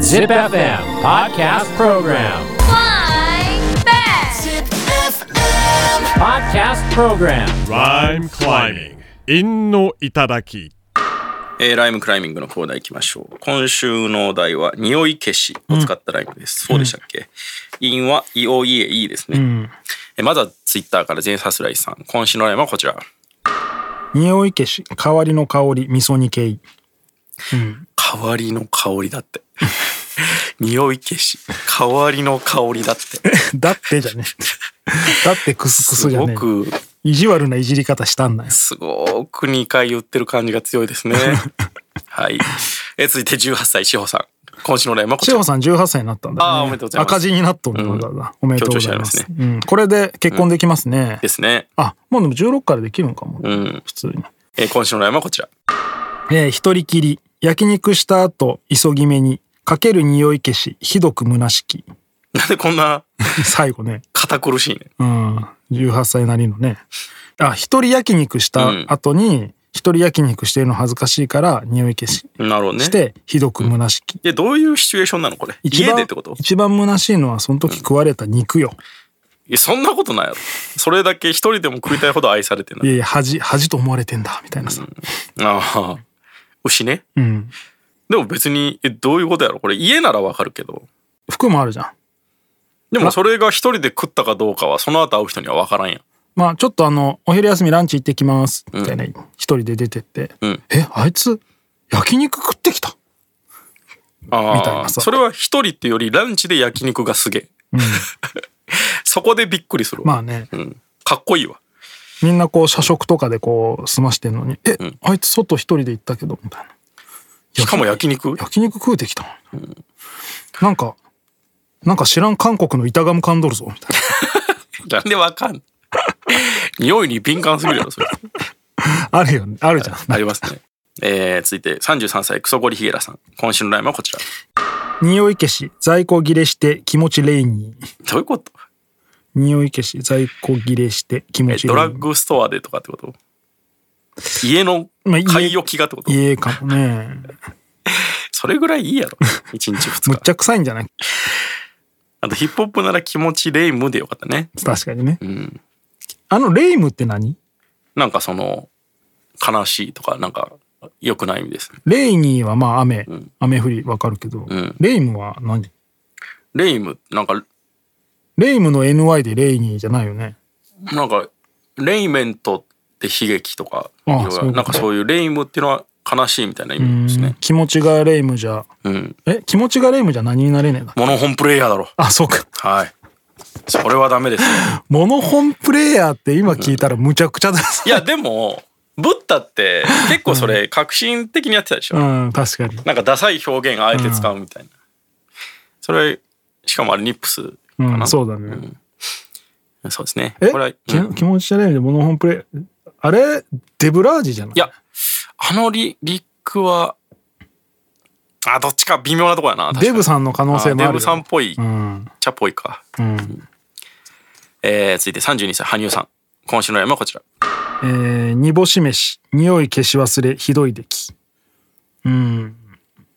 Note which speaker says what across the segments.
Speaker 1: Zip FM Podcast Program.
Speaker 2: Flying back.
Speaker 1: Podcast Program.
Speaker 3: Rhyme climbing. 陰の頂き。
Speaker 4: えーライムクライミングのコーナー行きましょう。今週のお題は、匂い消しを使ったライムです。そうでしたっけ陰は、いおいえ、いいですね。えーまずはツイッターから全サスライさん。今週のライムはこちら。
Speaker 5: 匂い消し香りの香り味噌煮系
Speaker 4: 代わりの香りだって。 匂い消し。代わりの香りだ って。
Speaker 5: だっ てじゃねえだってクスク
Speaker 4: す
Speaker 5: スじゃ
Speaker 4: ご
Speaker 5: ねえ
Speaker 4: く、
Speaker 5: 意地悪ないじり方したんだよ
Speaker 4: すごく2回言ってる感じが強いですね。 はい。えー続いて18歳、志保さん。今週のライムはこち
Speaker 5: 志
Speaker 4: ら
Speaker 5: 保。さん18歳になったんだ、ね、
Speaker 4: あーおめでとうございます
Speaker 5: 赤字になっとるんだ、わざわざおめでとうございます
Speaker 4: 強調してあ
Speaker 5: うん、これで結婚できますね、
Speaker 4: ですね。
Speaker 5: あもうでも16からできるのかも、
Speaker 4: うん。
Speaker 5: 普通に
Speaker 4: えー今週のライムはこちら。
Speaker 5: えー一人きり焼肉した後急ぎ目にかける匂い消しひどく虚しき
Speaker 4: なんでこんな
Speaker 5: 最後ね
Speaker 4: 堅苦しいね。
Speaker 5: うん、18歳なりのね。あ、一人焼肉した後に、一人焼肉してるの恥ずかしいから、匂い消し
Speaker 4: なるほどね。
Speaker 5: して、ひどく虚しき。
Speaker 4: で、どういうシチュエーションなのこれ。
Speaker 5: 一
Speaker 4: 家
Speaker 5: 番
Speaker 4: でってことい
Speaker 5: 一番虚しいのは、その時食われた肉よ。
Speaker 4: や、そんなことないやろ。それだけ一人でも食いたいほど愛されてないい。
Speaker 5: やいや、恥、恥と思われてんだ、みたいなさ。
Speaker 4: ああ。牛ね。
Speaker 5: うん。
Speaker 4: でも別に、え、どういうことやろこれ家ならわかるけど。
Speaker 5: 服もあるじゃん。
Speaker 4: でもそれが一人で食ったかどうかは、その後会う人にはわからんやん。
Speaker 5: まあ、ちょっとあの、お昼休みランチ行ってきます、みたいな、一人で出てって、
Speaker 4: うん
Speaker 5: え、あいつ、焼肉食ってきた。みたい
Speaker 4: ああ。
Speaker 5: なさ
Speaker 4: それは一人っていうより、ランチで焼肉がすげえ。 そこでびっくりするわ。
Speaker 5: まあね、
Speaker 4: うん。かっこいいわ。
Speaker 5: みんなこう、社食とかでこう、済ましてんのに、え、あいつ外一人で行ったけど、みたいな。
Speaker 4: しかも焼肉
Speaker 5: 焼肉食うてきたもん、なんかなんか知らん韓国の板ガム噛んどるぞみたい
Speaker 4: なんでわかん匂いに敏感すぎるやろ、それ。
Speaker 5: な あるよねあるじゃん
Speaker 4: ありますね。 えー、続いて33歳クソゴリヒゲラさん今週のラインはこちら
Speaker 5: 匂い消し在庫切れして気持ちレイニー
Speaker 4: どういうこと
Speaker 5: 匂い消し在庫切れして気持
Speaker 4: え
Speaker 5: ち
Speaker 4: ド
Speaker 5: レイニ
Speaker 4: ラ
Speaker 5: ー
Speaker 4: ッグストアでとかってこと家の
Speaker 5: まあ家
Speaker 4: 買い置きがってこと
Speaker 5: 家かもね
Speaker 4: それぐらいいいやろ1日2
Speaker 5: むっ
Speaker 4: 日
Speaker 5: ちゃ臭いんじゃない
Speaker 4: あとヒップホップなら気持ちレイムでよかったね
Speaker 5: 確かにね
Speaker 4: うん
Speaker 5: あのレイムって何
Speaker 4: なんかその悲しいとかなんか良くない意味です
Speaker 5: レイニーはまあ雨、雨降りわかるけど、
Speaker 4: ん
Speaker 5: レイムは何
Speaker 4: レイムなんか
Speaker 5: レイムの NY でレイニーじゃないよね
Speaker 4: なんかレイメントって悲劇とかいろいろ
Speaker 5: そういうこと
Speaker 4: なんかそういうレイムっていうのは悲しいみたいな意味です
Speaker 5: うん
Speaker 4: ね
Speaker 5: 気持ちがレイムじゃ
Speaker 4: うん
Speaker 5: え気持ちがレイムじゃ何になれねえんだ
Speaker 4: モノホンプレイヤーだろ
Speaker 5: あそうか
Speaker 4: はいそれはダメですね
Speaker 5: モノホンプレイヤーって今聞いたらむちゃくち ゃ だ。
Speaker 4: いやでもブッダって結構それ革新的にやってたでしょ、
Speaker 5: うん、確かに。
Speaker 4: なんかダサい表現あえて使うみたいな、それしかもあれニップスかな、
Speaker 5: うん、そうだね。
Speaker 4: そうですね
Speaker 5: え
Speaker 4: これは、
Speaker 5: き
Speaker 4: うんい
Speaker 5: 気持ちじゃないんで、モノホンプレイ、あれ、デブラージじゃない
Speaker 4: やあのリリックはあどっちか微妙なとこやな確かに
Speaker 5: デブさんの可能性もあるよ
Speaker 4: デブさんっぽい、
Speaker 5: うん。
Speaker 4: 茶っぽいか、
Speaker 5: うん。
Speaker 4: えー、続いて32歳羽生さん今週の山はこちら
Speaker 5: えー、煮干し飯、匂い消し忘れ、ひどい出来。うん。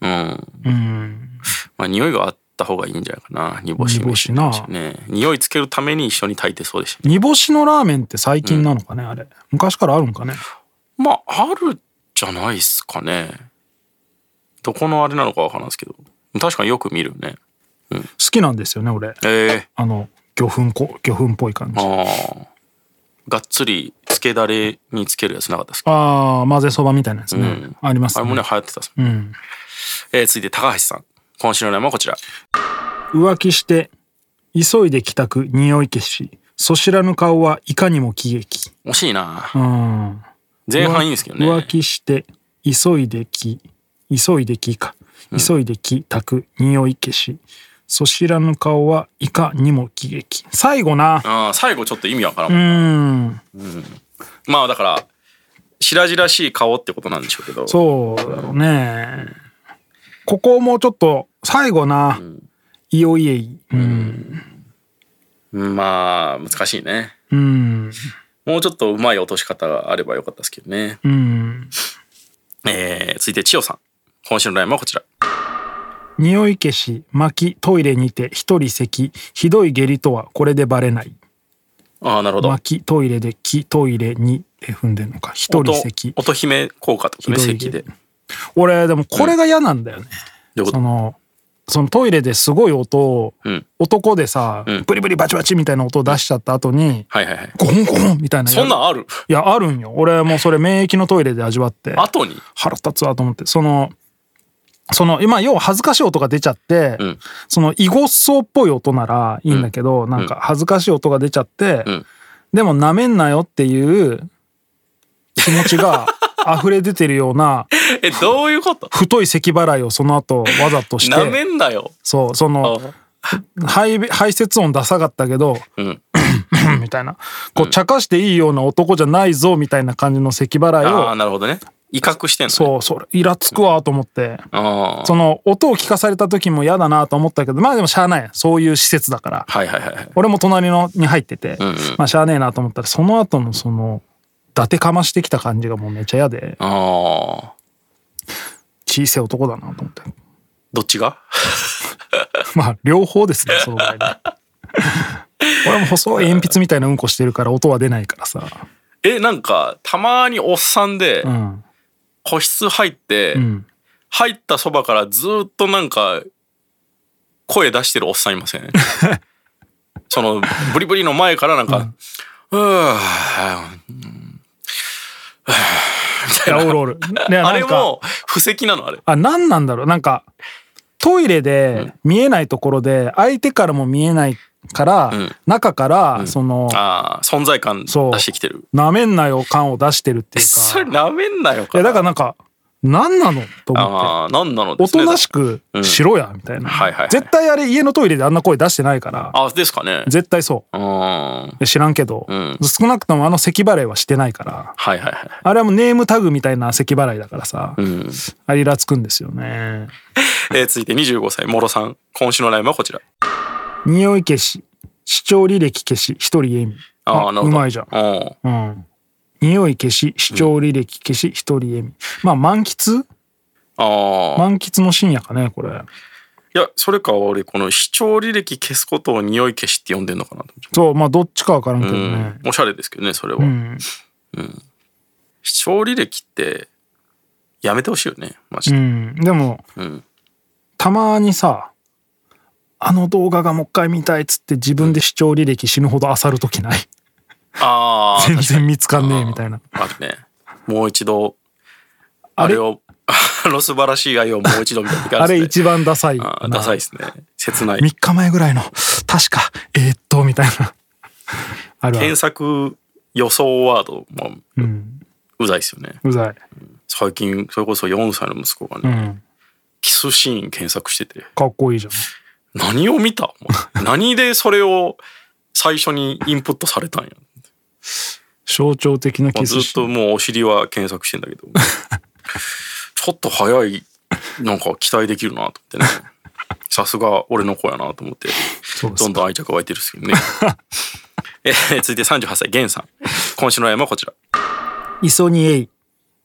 Speaker 4: うん
Speaker 5: うん。
Speaker 4: まあ匂いがあった方がいいんじゃないかな煮干し
Speaker 5: 煮干しな
Speaker 4: ね匂いつけるために一緒に炊いてそうでした
Speaker 5: 煮干しのラーメンって最近なのかね、あれ。昔からあるんかね。
Speaker 4: まあ、あるじゃないっすかね。どこのあれなのかわからんすけど。確かによく見るよね。
Speaker 5: 好きなんですよね、俺。
Speaker 4: え
Speaker 5: あの、魚粉こ、魚粉っぽい感
Speaker 4: え
Speaker 5: じ。あ
Speaker 4: ああ。がっつり、つけだれにつけるやつなかったっすか
Speaker 5: あー、混ぜそばみたいなやつね。
Speaker 4: うん
Speaker 5: あります
Speaker 4: あれもね、流行ってたっすもん。
Speaker 5: うん。
Speaker 4: えー、続いて高橋さん。今週のラインはこちら。
Speaker 5: 浮気して急いで帰宅匂い消しそしらぬ顔はいかにも喜劇
Speaker 4: 惜しいな
Speaker 5: う。ん
Speaker 4: 前半いいんですけどね。
Speaker 5: 浮気して急いで帰急いで帰か急いで帰宅匂い消しそしらぬ顔はいかにも喜劇最後な
Speaker 4: ああ、最後ちょっと意味わからん
Speaker 5: う
Speaker 4: もん。
Speaker 5: ん
Speaker 4: まあ、だから、白々しい顔ってことなんでしょうけど。
Speaker 5: そうだろうねここもちょっと最後な、いおいえいうん
Speaker 4: まあ、難しいね。
Speaker 5: うん
Speaker 4: もうちょっとうまい落とし方があればよかったですけどね。
Speaker 5: うん
Speaker 4: えー、続いて千代さん今週のライムはこちら。
Speaker 5: 匂い消し巻きトイレにて一人咳ひどい下痢とはこれでバレない
Speaker 4: ああ、なるほど。
Speaker 5: 巻きトイレで木トイレにえ踏んでんのか一
Speaker 4: 音
Speaker 5: 人咳
Speaker 4: 音姫効果ってことね、
Speaker 5: ひどい
Speaker 4: 咳で。
Speaker 5: 俺でもこれが嫌なんだよね、
Speaker 4: どういうこ
Speaker 5: そ
Speaker 4: と
Speaker 5: のそのトイレですごい音を、
Speaker 4: うん
Speaker 5: 男でさ、
Speaker 4: うん
Speaker 5: ブリブリバチバチみたいな音を出しちゃった後に、
Speaker 4: はいはいはい。
Speaker 5: ゴホンゴホンみたいな
Speaker 4: そんなんある
Speaker 5: いやあるんよ俺もうそれ免疫のトイレで味わって
Speaker 4: 後に
Speaker 5: 腹立つわと思ってそのその今要は恥ずかしい音が出ちゃって、
Speaker 4: うん
Speaker 5: その囲碁層っぽい音ならいいんだけど、なんか恥ずかしい音が出ちゃって、
Speaker 4: ん
Speaker 5: でもなめんなよっていう気持ち が溢れ出てるような
Speaker 4: え、どういうこと
Speaker 5: 太い咳払いをその後わざとし
Speaker 4: なめ
Speaker 5: て
Speaker 4: んなよ。
Speaker 5: そうそ
Speaker 4: あ
Speaker 5: の排排泄音出さかったけど
Speaker 4: うん。
Speaker 5: みたいなこう茶化していいような男じゃないぞみたいな感じの咳払い
Speaker 4: ああ、
Speaker 5: を
Speaker 4: なるほどね。威嚇してんの、ね。
Speaker 5: そうそれイラつくわと思って。
Speaker 4: ああ。
Speaker 5: その音を聞かされた時も嫌だなと思ったけどまあでもしゃあないそういう施設だから
Speaker 4: はいはいはいはい。
Speaker 5: 俺も隣のに入ってて、
Speaker 4: んうん
Speaker 5: まあしゃあねえなと思ったらその後のその伊達かましてきた感じがもうめっちゃ嫌で
Speaker 4: ああ。
Speaker 5: 小さい男だなと思って
Speaker 4: どっち が
Speaker 5: まあ両方で すねその場合ね俺も細い鉛筆みたいなうんこしてるから音は出ないからさ
Speaker 4: え、なんか、たまにおっさんで
Speaker 5: う、ん
Speaker 4: 個室入って、
Speaker 5: うん
Speaker 4: 入ったそばからずーっとなんか、声出してるおっさんいま せんその、ブリブリの前からなんか、うーうん
Speaker 5: いやおる おるね
Speaker 4: あ
Speaker 5: な
Speaker 4: れ
Speaker 5: んか
Speaker 4: も、布石なのあれ。
Speaker 5: あ何なんだろうなんかトイレで見えないところで相手からも見えないから、
Speaker 4: ん
Speaker 5: 中からその、
Speaker 4: ああ、存在感出
Speaker 5: そう
Speaker 4: してきてる。
Speaker 5: なめんなよ感を出してるっていう
Speaker 4: それ
Speaker 5: か。
Speaker 4: なめんなよ
Speaker 5: いやだからなんか、何なのと思って。
Speaker 4: ああ、なんなので
Speaker 5: お
Speaker 4: すね
Speaker 5: となしくしろや、みたいな
Speaker 4: はいはいはい。
Speaker 5: 絶対あれ家のトイレであんな声出してないから、
Speaker 4: あ、ですかね。
Speaker 5: 絶対そう
Speaker 4: ーん。はい
Speaker 5: いや。知らんけど、
Speaker 4: ん
Speaker 5: 少なくともあの咳払いはしてないから。
Speaker 4: はいはい。
Speaker 5: あれはもうネームタグみたいな咳払いだからさ、あれイラつくんですよね。
Speaker 4: えー続いて25歳、もろさん。今週のライブはこちら。
Speaker 5: 匂い消し、視聴履歴消し、一人笑み。
Speaker 4: ああ、なるほど。
Speaker 5: うまいじゃん。
Speaker 4: うん。
Speaker 5: うん。匂い消し、視聴履歴消し、一人笑み。まあ満喫
Speaker 4: ああ。
Speaker 5: 満喫の深夜かね、これ。
Speaker 4: いや、それか俺、この視聴履歴消すことを匂い消しって呼んでんのかなと思っちゃ
Speaker 5: そう、まあどっちかわからんけど
Speaker 4: う。
Speaker 5: ね。
Speaker 4: うん。おしゃれですけどね、それは。
Speaker 5: うん。
Speaker 4: 視聴履歴って、やめてほしいよね、マジ
Speaker 5: う
Speaker 4: で。
Speaker 5: ん。でも、
Speaker 4: うん。
Speaker 5: たまにさ、あの動画がもう一回見たいっつって自分で視聴履歴死ぬほど漁るときない。
Speaker 4: ああ、
Speaker 5: 全
Speaker 4: 確か
Speaker 5: 然
Speaker 4: に。
Speaker 5: 見つかんねえみたいな。
Speaker 4: あるね。もう一度、
Speaker 5: あ
Speaker 4: あ
Speaker 5: れ
Speaker 4: れを、 あの素晴らしい愛をもう一度見たいな時
Speaker 5: あ
Speaker 4: る
Speaker 5: れ
Speaker 4: んですね
Speaker 5: 一番ダサい。
Speaker 4: あーダサいですね。切ない。
Speaker 5: 3日前ぐらいの、確か、えーっと、みたいな。 あるある
Speaker 4: 検。索予想ワードも
Speaker 5: うん。
Speaker 4: うざいですよね。
Speaker 5: うざい。
Speaker 4: 最近、それこそ4歳の息子が
Speaker 5: う
Speaker 4: ね、
Speaker 5: ん。
Speaker 4: キスシーン検索してて、
Speaker 5: かっこいいじゃん。
Speaker 4: 何を見た お前何でそれを最初にインプットされたんや。
Speaker 5: 象徴的な
Speaker 4: まあ
Speaker 5: キ
Speaker 4: ず
Speaker 5: ス
Speaker 4: っ
Speaker 5: シーン
Speaker 4: ともうお尻は検索してんだけど、 ちょっと早い、なんか期待できるなと思ってね。 さすが俺の子やなと思って。
Speaker 5: そうです
Speaker 4: どんどん愛着湧いてるっすけどね。 えー続いて38歳、ゲンさん。今週の山はこちら。
Speaker 5: 磯にえい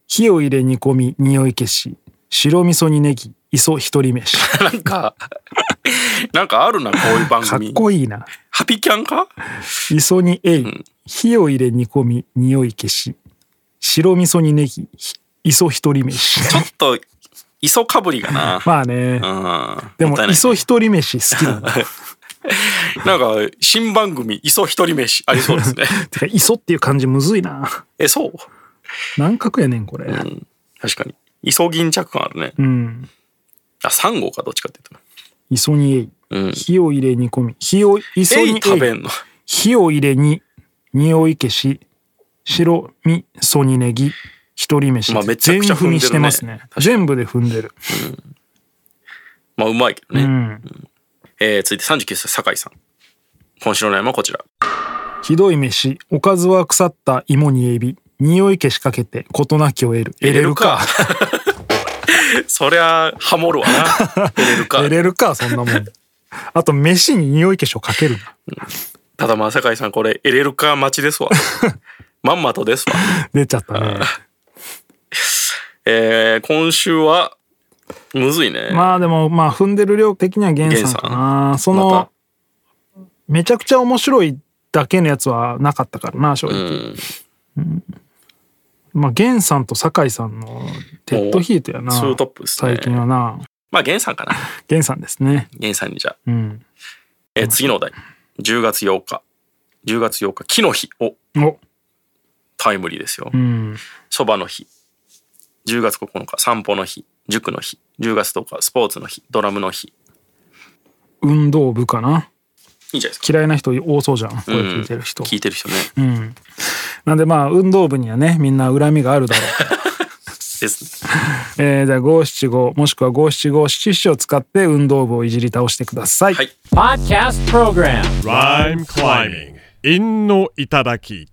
Speaker 5: 火を入れ煮込み匂い消し白味噌にネギ磯一人飯
Speaker 4: なんか、 なんかあるな、こういう番
Speaker 5: かっ
Speaker 4: 組。
Speaker 5: こいいな
Speaker 4: ハピキャンか
Speaker 5: 磯にえい、火を入れ煮込み匂い消し白味噌にネギひ磯一 人飯
Speaker 4: ちょっと、磯かぶりかな。
Speaker 5: まあね
Speaker 4: うん。
Speaker 5: でも
Speaker 4: ったいない
Speaker 5: 磯一人飯好きだな
Speaker 4: なんか、新番組、磯一人飯ありそう ですね。
Speaker 5: てか磯っていう感じむずいな
Speaker 4: え、そう
Speaker 5: 何角やねんこれうん、
Speaker 4: 確かに。磯銀着感あるね。あ、サンゴか、どっちかって
Speaker 5: 磯にえい、
Speaker 4: 言うと。
Speaker 5: 火を入れ煮込み火を磯
Speaker 4: うん。え
Speaker 5: にえ
Speaker 4: い
Speaker 5: い
Speaker 4: 食べんの。
Speaker 5: 火を入れに匂い消し白味噌にネギ一人飯、
Speaker 4: まあめちゃくちゃ踏んでるね
Speaker 5: 全踏みしてますね全部で踏ん でる、
Speaker 4: まあ、うまいけど
Speaker 5: う
Speaker 4: ね。
Speaker 5: ん、
Speaker 4: えー続いて39歳、酒井さん。今週の悩みはこちら。
Speaker 5: ひどい飯おかずは腐った芋にエビ匂い消しかけて事なきを得る得れるか。
Speaker 4: そりゃ、ハモるわな。入れるか
Speaker 5: 得。れるかそんな もんあと飯に匂い消しをかけるな
Speaker 4: ただまあ、酒井さん、これ、入れるか待ちです わ。まんまとですわ。
Speaker 5: 出ちゃったね
Speaker 4: えー今週はむずいね。
Speaker 5: まあでもまあ踏んでる量的には原産かなその、
Speaker 4: ま
Speaker 5: めちゃくちゃ面白いだけのやつはなかったからな正
Speaker 4: たう
Speaker 5: 直、
Speaker 4: ん。
Speaker 5: まあ源さんと酒井さんのデッドヒートやな
Speaker 4: おツートップですね
Speaker 5: 最近はな
Speaker 4: まあ、ゲンさんかな。
Speaker 5: 源さんですね
Speaker 4: ゲンさんにじゃあ。
Speaker 5: うん
Speaker 4: えー次のお題。10月8日。10月8日、木の日。お、
Speaker 5: お
Speaker 4: タイムリーですよ
Speaker 5: う。ん
Speaker 4: そばの日。10月9日、散歩の日。塾の日。10月10日、スポーツの日。ドラムの日。
Speaker 5: 運動部かない
Speaker 4: いじゃないですか。
Speaker 5: 嫌いな人多そうじゃんこれ聞いてる人、
Speaker 4: 聞いてる人ね。
Speaker 5: うんなんでまあ運動部にはねみんな恨みがあるだ ろう
Speaker 4: ですね。
Speaker 5: えー、じゃあ五七五もしくは五七五七七を使って運動部をいじり倒してください。
Speaker 4: はい
Speaker 1: Podcast program.
Speaker 3: Rhyme climbing. 陰の頂き。